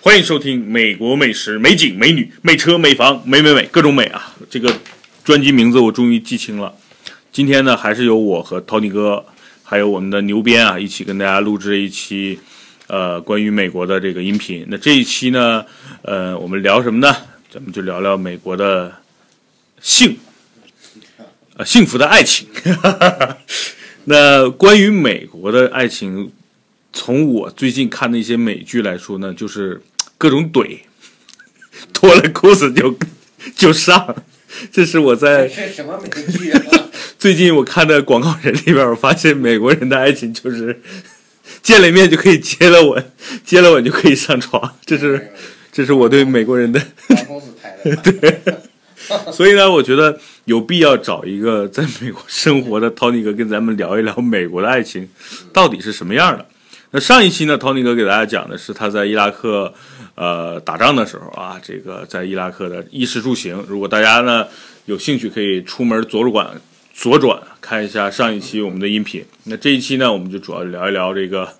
欢迎收听美国美食、美景、美女、美车、美房、美美美各种美啊！这个专辑名字我终于记清了。今天呢，还是由我和 Tony 哥，还有我们的牛鞭啊，一起跟大家录制一期呃关于美国的这个音频。那这一期呢，呃，我们聊什么呢？咱们就聊聊美国的性，呃，幸福的爱情。那关于美国的爱情，从我最近看的一些美剧来说呢，就是各种怼，脱了裤子就 就上，这是我 在是什么美剧啊？最近我看的广告人里边，我发现美国人的爱情就是见了面就可以接了吻，接了吻就可以上床，这是这是我对美国人的。王公子拍的吧，所以呢，我觉得有必要找一个 在美国生活的 Tony 哥跟咱们聊一聊美国的爱情到底是什么样的。那上一期呢，Tony 哥给大家讲的是他在伊拉克，呃，打仗的时候啊，这个在伊拉克的衣食住行。如果大家呢有兴趣，可以出门左转左转看一下上一期我们的音频。那这一期呢，我们就主要聊一聊这个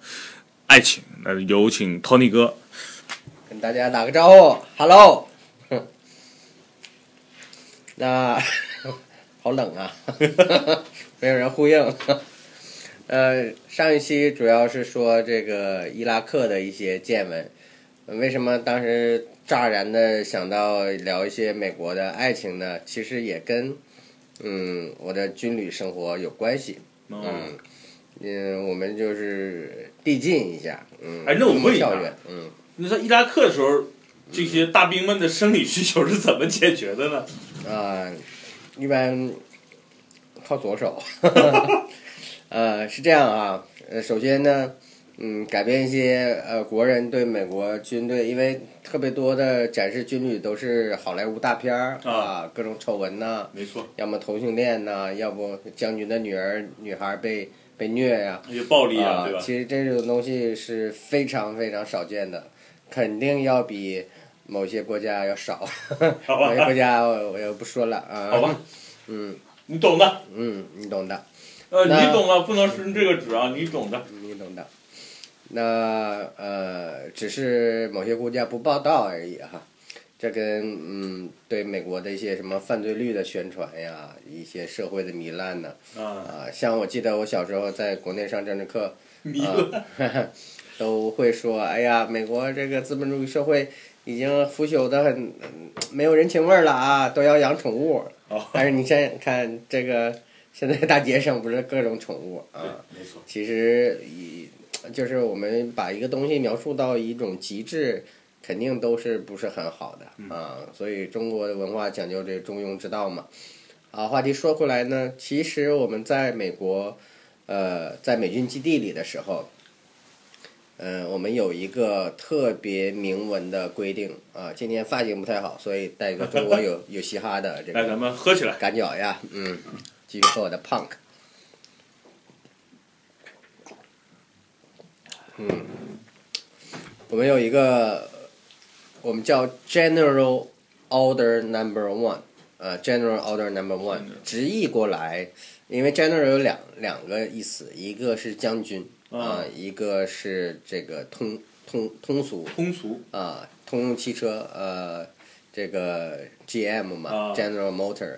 爱情。那有请 Tony 哥。跟大家打个招呼，Hello。哼 那好冷啊， 没有人呼应。 呃，上一期主要是说这个伊拉克的一些见闻，为什么当时乍然的想到聊一些美国的爱情呢？其实也跟嗯我的军旅生活有关系。嗯，嗯，我们就是递进一下，嗯，哎那我问一下跳跃，嗯，你在伊拉克的时候，这些大兵们的生理需求是怎么解决的 呢？啊、一般靠左手， 呃，是这样啊，呃，首先呢，嗯，改变一些呃国人对美国军队，因为特别多的展示军旅都是好莱坞大片儿啊、各种丑闻呐、没错，要么同性恋呐、要不将军的女儿女孩被被虐呀、那些暴力啊，对吧？其实这种东西是非常非常少见的，肯定要比某些国家要少。 好某些国吧，家我我也不说了啊。好吧，嗯你懂的，嗯，你懂的，呃，那你懂的，不能顺这个指啊，你懂的。你懂的。那呃，只是某些国家不报道而已哈。这跟嗯对美国的一些什么犯罪率的宣传呀，一些社会的糜烂呐啊，啊、像我记得我小时候在国内上政治课，迷啊了， 都会说，哎呀，美国这个资本主义社会已经腐朽的很，嗯没有人情味儿了啊，都要养宠物。哦但是你现在看这个，现在大街上不是各种宠物对啊，，没错，其实以就是我们把一个东西描述到一种极致，肯定都是不是很好的啊。所以中国的文化讲究这中庸之道嘛。啊，话题说回来呢，其实我们在美国，呃，在美军基地里的时候，嗯，我们有一个特别明文的规定啊。今天发型不太好，所以带一个中国有有嘻哈的这来，个咱们喝起来。赶脚呀，嗯，继续喝我的 punk。嗯，我们有一个，我们叫 General Order Number One，呃，General Order Number One，直译过来，因为 General 有两两个意思，一个是将军啊、啊一个是这个通通通俗通俗啊，通用汽车呃，这个 GM 嘛、啊 g e n e r a l Motor，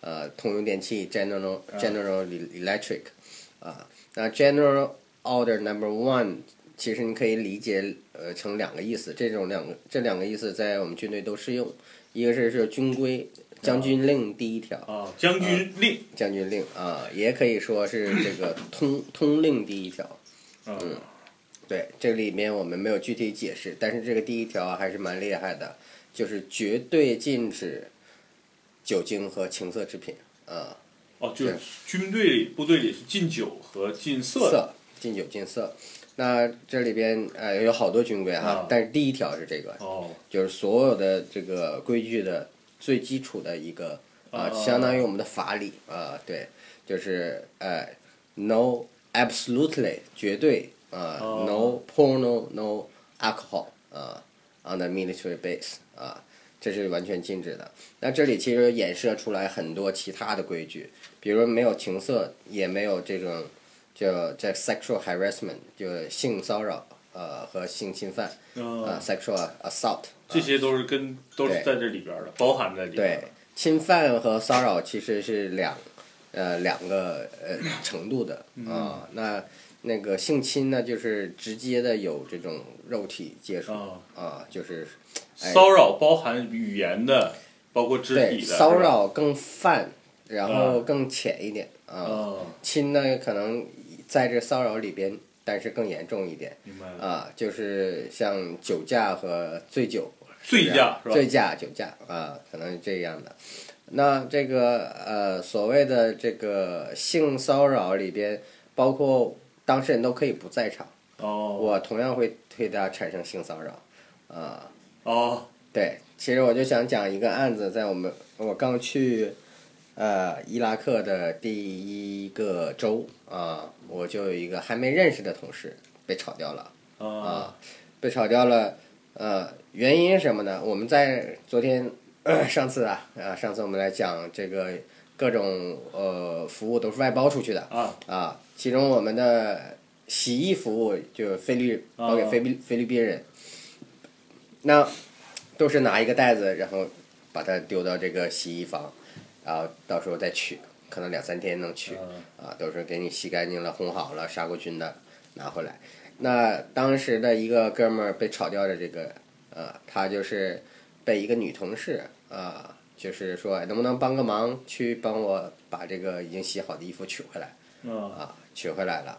呃，通用电器 General General Electric，啊，那 General Order Number One，其实你可以理解呃成两个意思，这种两个这两个意思在我们军队都适用，一个是是军规将军令第一条，啊，将军令将军令啊，也可以说是这个通通令第一条。啊，嗯对，这里面我们没有具体解释，但是这个第一条啊还是蛮厉害的，就是绝对禁止酒精和情色制品啊，哦，就是军队里、部队里是禁酒和禁色的。色禁酒禁色。那这里边呃有好多军规哈，啊但是第一条是这个，哦，就是所有的这个规矩的最基础的一个啊，啊相当于我们的法理啊，对，就是呃，no absolutely 绝对啊、哦 n o porno no alcohol 啊、on the military base 啊、这是完全禁止的。那这里其实衍射出来很多其他的规矩，比如没有情色，也没有这种就叫 sexual harassment 就性骚扰呃和性侵犯啊、嗯， s e x u a l assault 啊、这些都是跟都是对哎在这里边儿的，包含在里边儿对的。，侵犯和骚扰其实是两呃两个呃程度的嗯啊、那那个性侵呢，就是直接的有这种肉体接触啊、啊，就是哎骚扰包含语言的，包括肢对体的骚。是吧扰更泛，然后更浅一点啊、啊，亲呢可能在这骚扰里边，但是更严重一点明白了。啊、就是像酒驾和醉酒醉驾是吧？醉驾、酒驾啊，可能是这样的。那这个呃，所谓的这个性骚扰里边，包括当事人都可以不在场，哦我同样会对他产生性骚扰，啊，哦，对，其实我就想讲一个案子，在我们我刚去呃伊拉克的第一个周啊，我就有一个还没认识的同事被炒掉了。啊啊，被炒掉了。呃，原因是什么呢？我们在昨天、上次啊啊，上次我们来讲这个各种呃服务都是外包出去的啊啊，其中我们的洗衣服务就是菲律包给啊菲律菲律宾人，那都是拿一个袋子，然后把它丢到这个洗衣房，然后到时候再取，可能两三天能取。啊，都是给你洗干净了、烘好了、杀过菌的拿回来。那当时的一个哥们儿被炒掉的这个，呃，他就是被一个女同事啊、就是说哎能不能帮个忙，去帮我把这个已经洗好的衣服取回来啊啊，取回来了。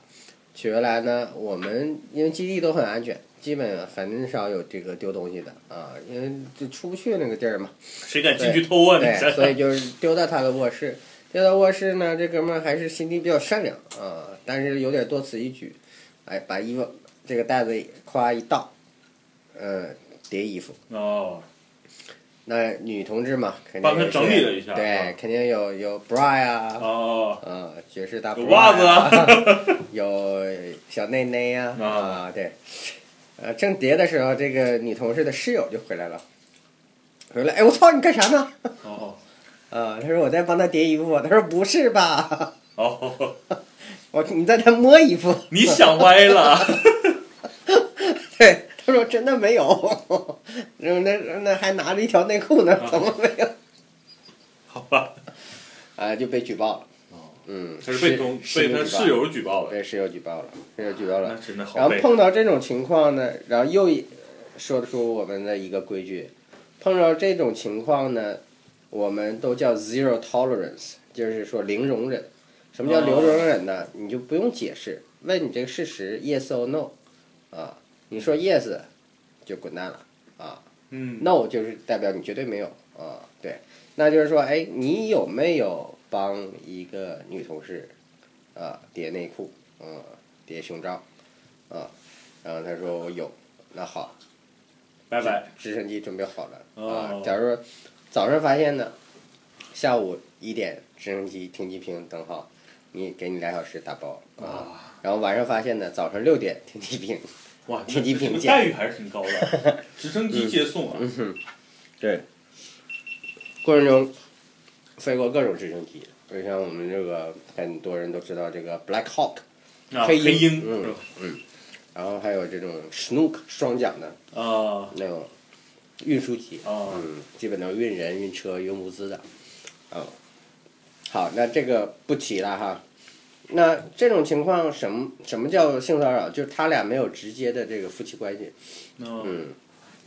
取回来呢，我们因为基地都很安全，基本很少有这个丢东西的啊，因为就出不去那个地儿嘛。谁敢 进去偷啊？你对，想所以就是丢到他的卧室。丢到卧室呢，这哥们儿还是心地比较善良啊、但是有点多此一举。哎，把衣服这个袋子夸一倒，呃，叠衣服。哦，那女同志嘛，肯定帮他也是整理了一下啊对，肯定有有 bra 呀、啊，哦，爵士大有 bra 袜子啊啊， 有小内内呀啊啊对。呃，正叠的时候，这个女同事的室友就回来了，回来，哎，我操，你干啥呢？哦，啊，他说我在帮他叠衣服， 他说不是吧？ 哦， 我说你在那摸衣服？ 你想歪了，对，他说真的没有， 然后那那还拿着一条内裤呢，怎么没有？ 好吧？啊，就被举报了。哦嗯，他是被同室被他室友友举举报报了的，被室友举报了，室友举报那了。真的然好后背。碰到这种情况呢，然后又一说出我们的一个规矩，碰到这种情况呢，我们都叫 zero tolerance，就是说零容忍。什哦么叫零容忍呢？你就不用解释，问你这个事实 yes or no，啊，你说 yes 就滚蛋了啊嗯， ，no 就是代表你绝对没有啊，对，那就是说，哎，你有没有帮一个女同事啊叠内裤，嗯、叠胸罩，啊，然后他说我有，那好，拜拜。直升机准备好了、哦啊。假如早上发现的，下午一点直升机停机坪等好，你给你俩小时打包啊。啊，然后晚上发现的，早上六点停机坪。哇，天地这平个线待遇还是挺高 的，直升机接送啊，嗯对，过程中飞过各种直升机，就像我们这个很多人都知道这个 Black Hawk，那黑啊黑鹰鹰嗯是吧？然后还有这种 Snook 双桨的啊那种运输机。啊，嗯，基本都是运人、运车、运物资的。哦，好，那这个不提了哈。那这种情况，什么什么叫性骚扰？就是他俩没有直接的这个夫妻关系。那嗯，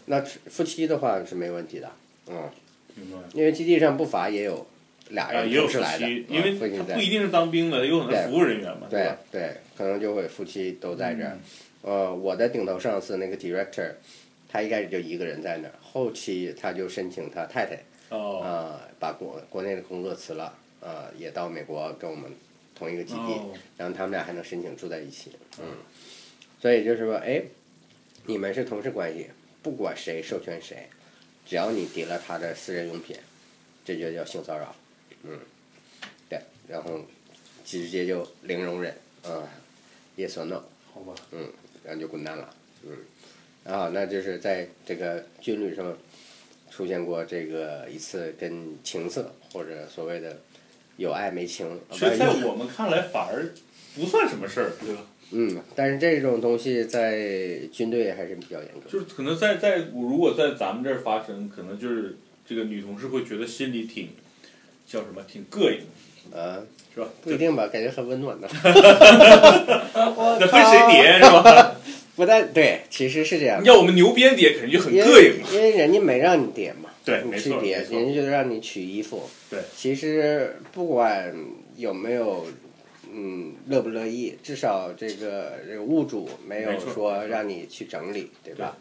那夫妻的话是没问题的。嗯，明白。因为基地上不乏也有俩啊，人也有同时夫来的，妻，嗯因为夫妻他在不一定是当兵的，有可能是服务人员嘛，对对吧？嗯对，可能就会夫妻都在这儿。呃，我的顶头上司那个 director，他一开始就一个人在那儿，后期他就申请他太太。哦，啊、把国国内的工作辞了，啊，也到美国跟我们同嗯一个基地，哦，然后他们俩还能申请住在一起，嗯，所以就是说，哎，你们是同事关系，不管谁授权谁，只要你叠了他的私人用品，这就叫性骚扰，嗯，对，然后直接就零容忍，啊、y e s or no，好吧，嗯然后就滚蛋了。嗯，啊，那就是在这个军旅上出现过这个一次跟情色或者所谓的有爱没情，啊不所以是在有我们看来，反而不算什么事儿，对吧？嗯，但是这种东西在军队还是比较严格。就是可能在在我如果在咱们这儿发生，可能就是这个女同事会觉得心里挺叫什么，挺膈应，啊，是吧？不一定吧，感觉很温暖的。那分谁 叠是吧？不但对，其实是这样的，要我们牛鞭叠，肯定就很因膈为应嘛。因为人家没让你点嘛，对没你去错点，没错人家就让你取衣服。对，其实不管有没有，嗯，乐不乐意，至少这个这个物主没没有错说让你去整理，对吧？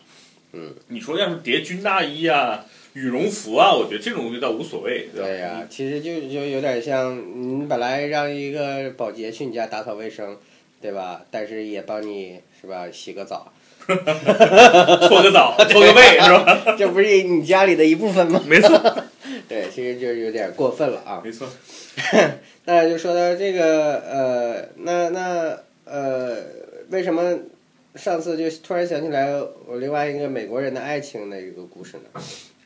你说要是叠军大衣啊、羽绒服啊，我觉得这种东西倒无所谓，吧？对呀、其实就就有点像你本来让一个保洁去你家打扫卫生，对吧？但是也帮你是吧洗个澡，搓个澡、搓个背是吧？这不是你家里的一部分吗？没错， 对，其实就是有点过分了啊。没错。那就说到这个呃，那那呃，为什么上次就突然想起来我另外一个美国人的爱情的一个故事呢？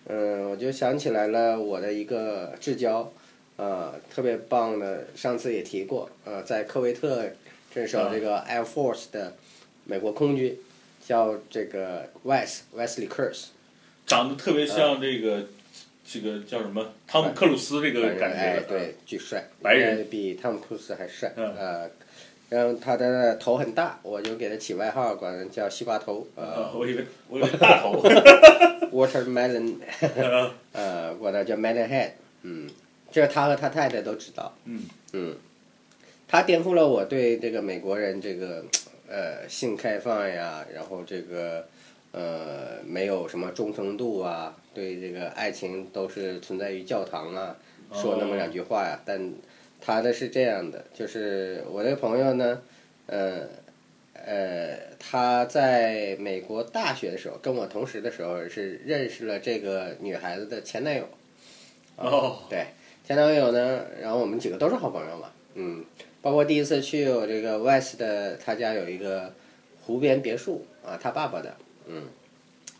嗯，我就想起来了我的一个至交，呃，特别棒的，上次也提过，呃，在科威特镇守这个 Air Force 的美国空军，叫这个 Wes Wesley Kurz，长得特别像这个、这个叫什么汤姆克鲁斯这个感哎觉，，啊对，巨帅，白人应该比汤姆·克鲁斯还帅，嗯呃，然后他的头很大，我就给他起外号，管他叫西瓜头，啊呃，我以为我以为大 头， ，watermelon，呃，管他叫 melon head，嗯，这他和他太太都知道，嗯嗯，他颠覆了我对这个美国人这个呃性开放呀，然后这个呃没有什么忠诚度啊，对这个爱情都是存在于教堂啊，说那么两句话呀、但他的是这样的，就是我这个朋友呢，呃呃，他在美国大学的时候，跟我同时的时候是认识了这个女孩子的前男友。哦，对，前男友呢，然后我们几个都是好朋友嘛，嗯，包括第一次去我这个 West 的他家有一个湖边别墅啊，他爸爸的，嗯，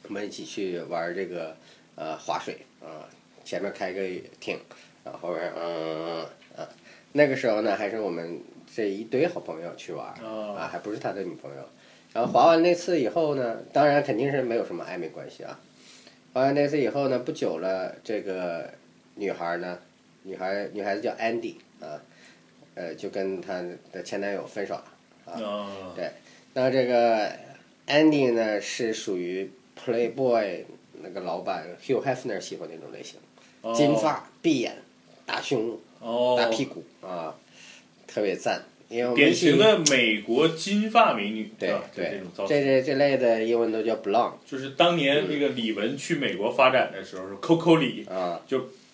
我们一起去玩这个呃划水啊，前面开个艇，然后后边嗯啊，那个时候呢还是我们这一堆好朋友去玩哦啊，还不是他的女朋友。然后划完那次以后呢，当然肯定是没有什么暧昧关系啊。划完那次以后呢，不久了，这个女孩呢，女孩女孩子叫 Andy 啊，呃，就跟她的前男友分手了。啊，那这个 Andy 呢，是属于 Playboy 那个老板 Hugh Hefner 喜欢那种类型，哦金发、闭眼、大胸、哦，大屁股啊，特别赞。因为我们一典起型的美国金发美女，对吧？就这对种造，这型。这这类的英文都叫 blonde 就是当年那个李玟去美国发展的时候，是 Coco 李啊，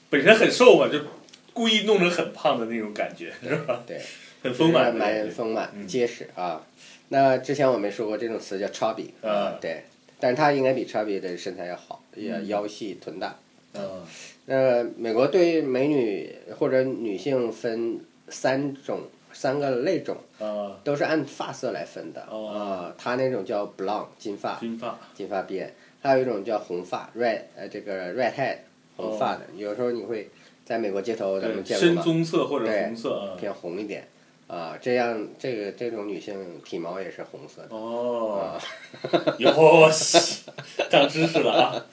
本身很瘦嘛，就故意弄成很胖的那种感觉， 是吧？啊对，很丰满的蛮感觉，丰满嗯结实啊。那之前我没说过这种词叫 chubby 啊对，但是他应该比 chubby 的身材要好，也腰细臀大。嗯，那美国对美女或者女性分三种三个类种，啊，都是按发色来分的啊、哦他那种叫 blonde 金发，啊金发，金发碧眼，还有一种叫红发 red 呃这个 redhead 红发的，有时候你会在美国街头咱们哦对，见过深吧？棕色或者对红色啊，偏红一点啊、这样这个这种女性体毛也是红色的。哦啊，哟 西，长知识了啊！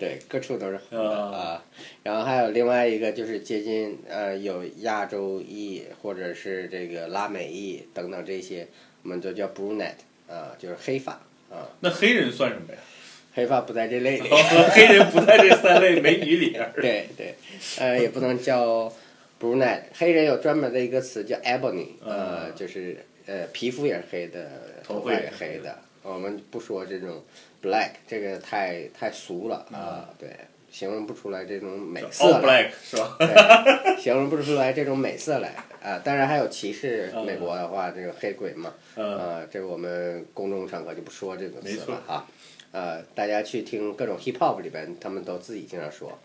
对，各处都是红的啊啊。然后还有另外一个就是接近呃有亚洲裔或者是这个拉美裔等等这些，我们都叫 brunette 啊，就是黑发啊，那黑人算什么呀？哦黑发不在这类里。黑人不在这三类美女里边儿。对对，呃，也不能叫 brunette，黑人有专门的一个词叫 ebony，呃，嗯就是呃皮肤也是黑的，头头发发也也是是黑的，我们不说这种 black，这个太太俗了啊、对，形容不出来这种美 色 All 来。 black 是吧？对，形容不出来这种美色来啊！当然还有歧视美国的话，这个黑鬼嘛，嗯，啊，这个我们公众场合就不说这个没词错了哈。呃，大家去听各种 hip hop 里边，他们都自己经常说，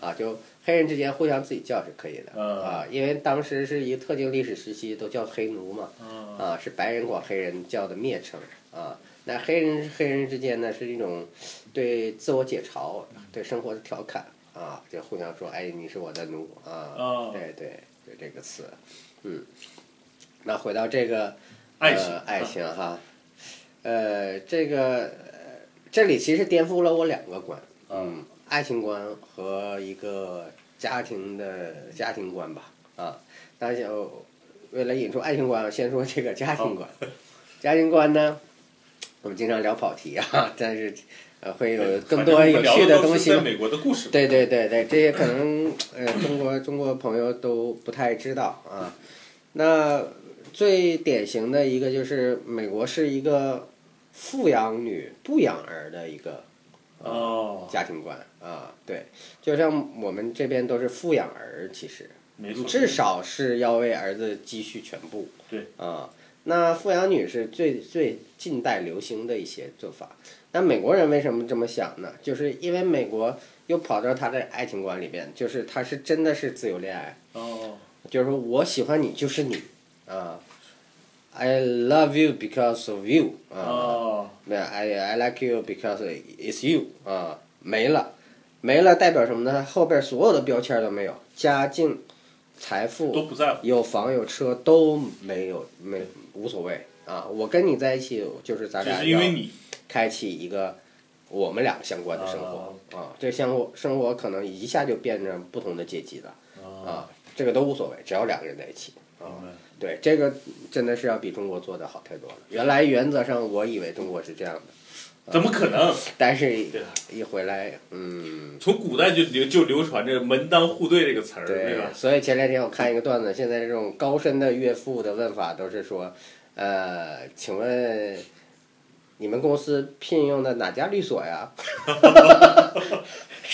啊，就黑人之间互相自己叫是可以的嗯啊，因为当时是一个特定历史时期，都叫黑奴嘛，啊，是白人管黑人叫的蔑称啊。那黑人黑人之间呢，是一种对自我解嘲、对生活的调侃啊，就互相说，哎，你是我的奴啊，哦对对，就这个词，嗯。那回到这个爱情啊呃，爱情哈，呃，这个呃这里其实颠覆了我两个观，啊嗯，爱情观和一个家庭的家庭观吧，啊，但是呃为了引出爱情观，先说这个家庭观，家庭观呢，我们经常聊跑题啊， 但是呃会有更多有趣的东西在嘛。美国的故事。对对对对，这些可能呃中国中国朋友都不太知道啊。那最典型的一个就是美国是一个富养女不养儿的一个呃哦，家庭观啊，对，就像我们这边都是富养儿，其实没错，至少是要为儿子积蓄全部。对啊，那富养女是最最近代流行的一些做法。那美国人为什么这么想呢？就是因为美国又跑到他的爱情观里边，就是他是真的是自由恋爱，哦，就是说我喜欢你就是你啊。I love you because of you 啊，哦，那、I I like you because it's you 啊，没了，没了代表什么呢？后边所有的标签都没有，家境、财富都不在乎。有房有车都没有，没无所谓啊。我跟你在一起，就是咱只俩是因要为你开启一个我们俩相关的生活啊。这相活生活可能一下就变成不同的阶级了啊，啊，这个都无所谓，只要两个人在一起。明白对，这个真的是要比中国做的好太多了。原来原则上我以为中国是这样的，怎么可能？但是对啊一回来，嗯，从古代就流就流传着“门当户对”这个词儿，对对吧，？所以前两天我看一个段子，现在这种高深的岳父的问法都是说，呃，请问你们公司聘用的哪家律所呀？ 都这么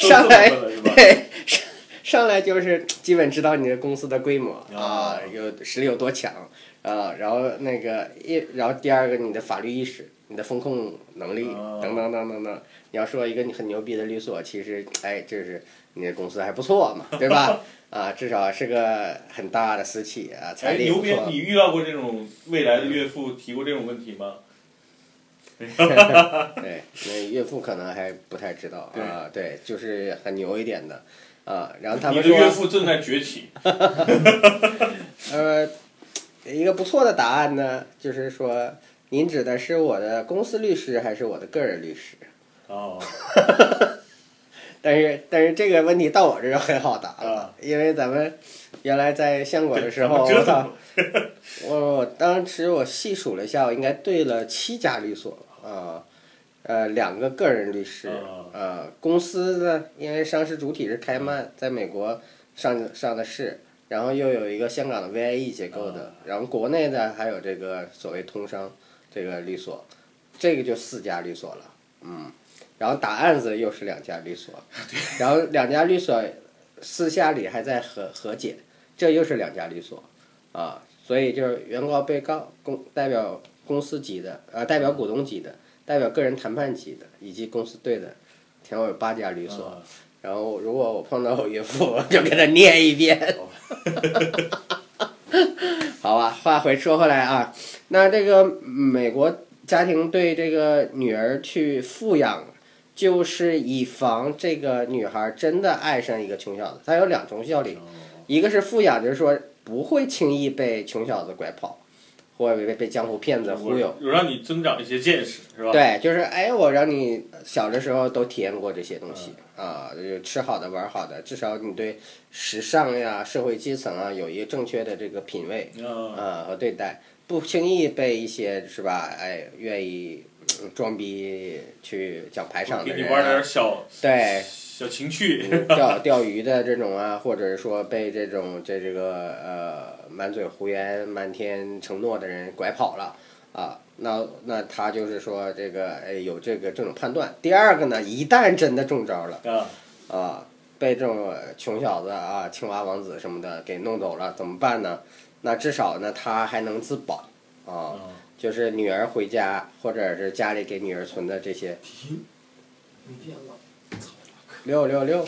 上来问了是吧？对，上上来就是基本知道你的公司的规模啊啊，有实力有多强啊，然后那个一，然后第二个你的法律意识、你的风控能力啊等等等等等。你要说一个你很牛逼的律所，其实哎，就是你的公司还不错嘛，对吧？ 啊，至少是个很大的私企啊，财哎，力牛不鞭，错你。遇到过这种未来的岳父提过这种问题吗？对，那岳父可能还不太知道对啊，对，就是很牛一点的啊。然后他你们的说，岳父正在崛 起，呃，一个不错的答案呢，就是说，您指的是我的公司律师还是我的个人律师？哦，但是但是这个问题到我这儿就很好答了，啊因为咱们原来在相馆的时咱候， 们折我腾操过，我我当时我细数了一下，我应该对了七家律所啊。呃，两个个人律师，啊呃，公司呢，因为上市主体是开曼，在美国上上的市，然后又有一个香港的 VIE 结构的，啊然后国内的还有这个所谓通商这个律所，这个就四家律所了，嗯，然后打案子又是两家律 所，然后两家律所私下里还在和和解，这又是两家律所，啊，所以就是原告、被告、公代表公司级的，呃，代表股东级的，代表个人谈判级的，以及公司队的，前后有八家律所。啊然后如果我碰到我岳父，我就给他念一遍。 好吧，话回说回来啊，那这个美国家庭对这个女儿去富养，就是以防这个女孩真的爱上一个穷小子。它有两重效力，一个是富养，就是说不会轻易被穷小子拐跑，或者被被江湖骗子忽悠。有让你增长一些见识，是吧？对，就是哎，我让你小的时候都体验过这些东西、嗯啊，就吃好的玩好的，至少你对时尚呀、社会阶层啊有一个正确的这个品味啊，啊和对待，不轻易被一些是吧？哎，愿意嗯装逼去讲排场的给你人、玩点啊，小对，小情趣，嗯钓钓鱼的这种啊，或者是说被这种这这个呃满嘴胡言、满天承诺的人拐跑了啊，那那他就是说这个哎有这个这种判断。第二个呢，一旦真的中招了啊，啊，被这种穷小子啊、青蛙王子什么的给弄走了，怎么办呢？那至少呢，他还能自保啊。啊就是女儿回家，或者是家里给女儿存的这些没电了，六六六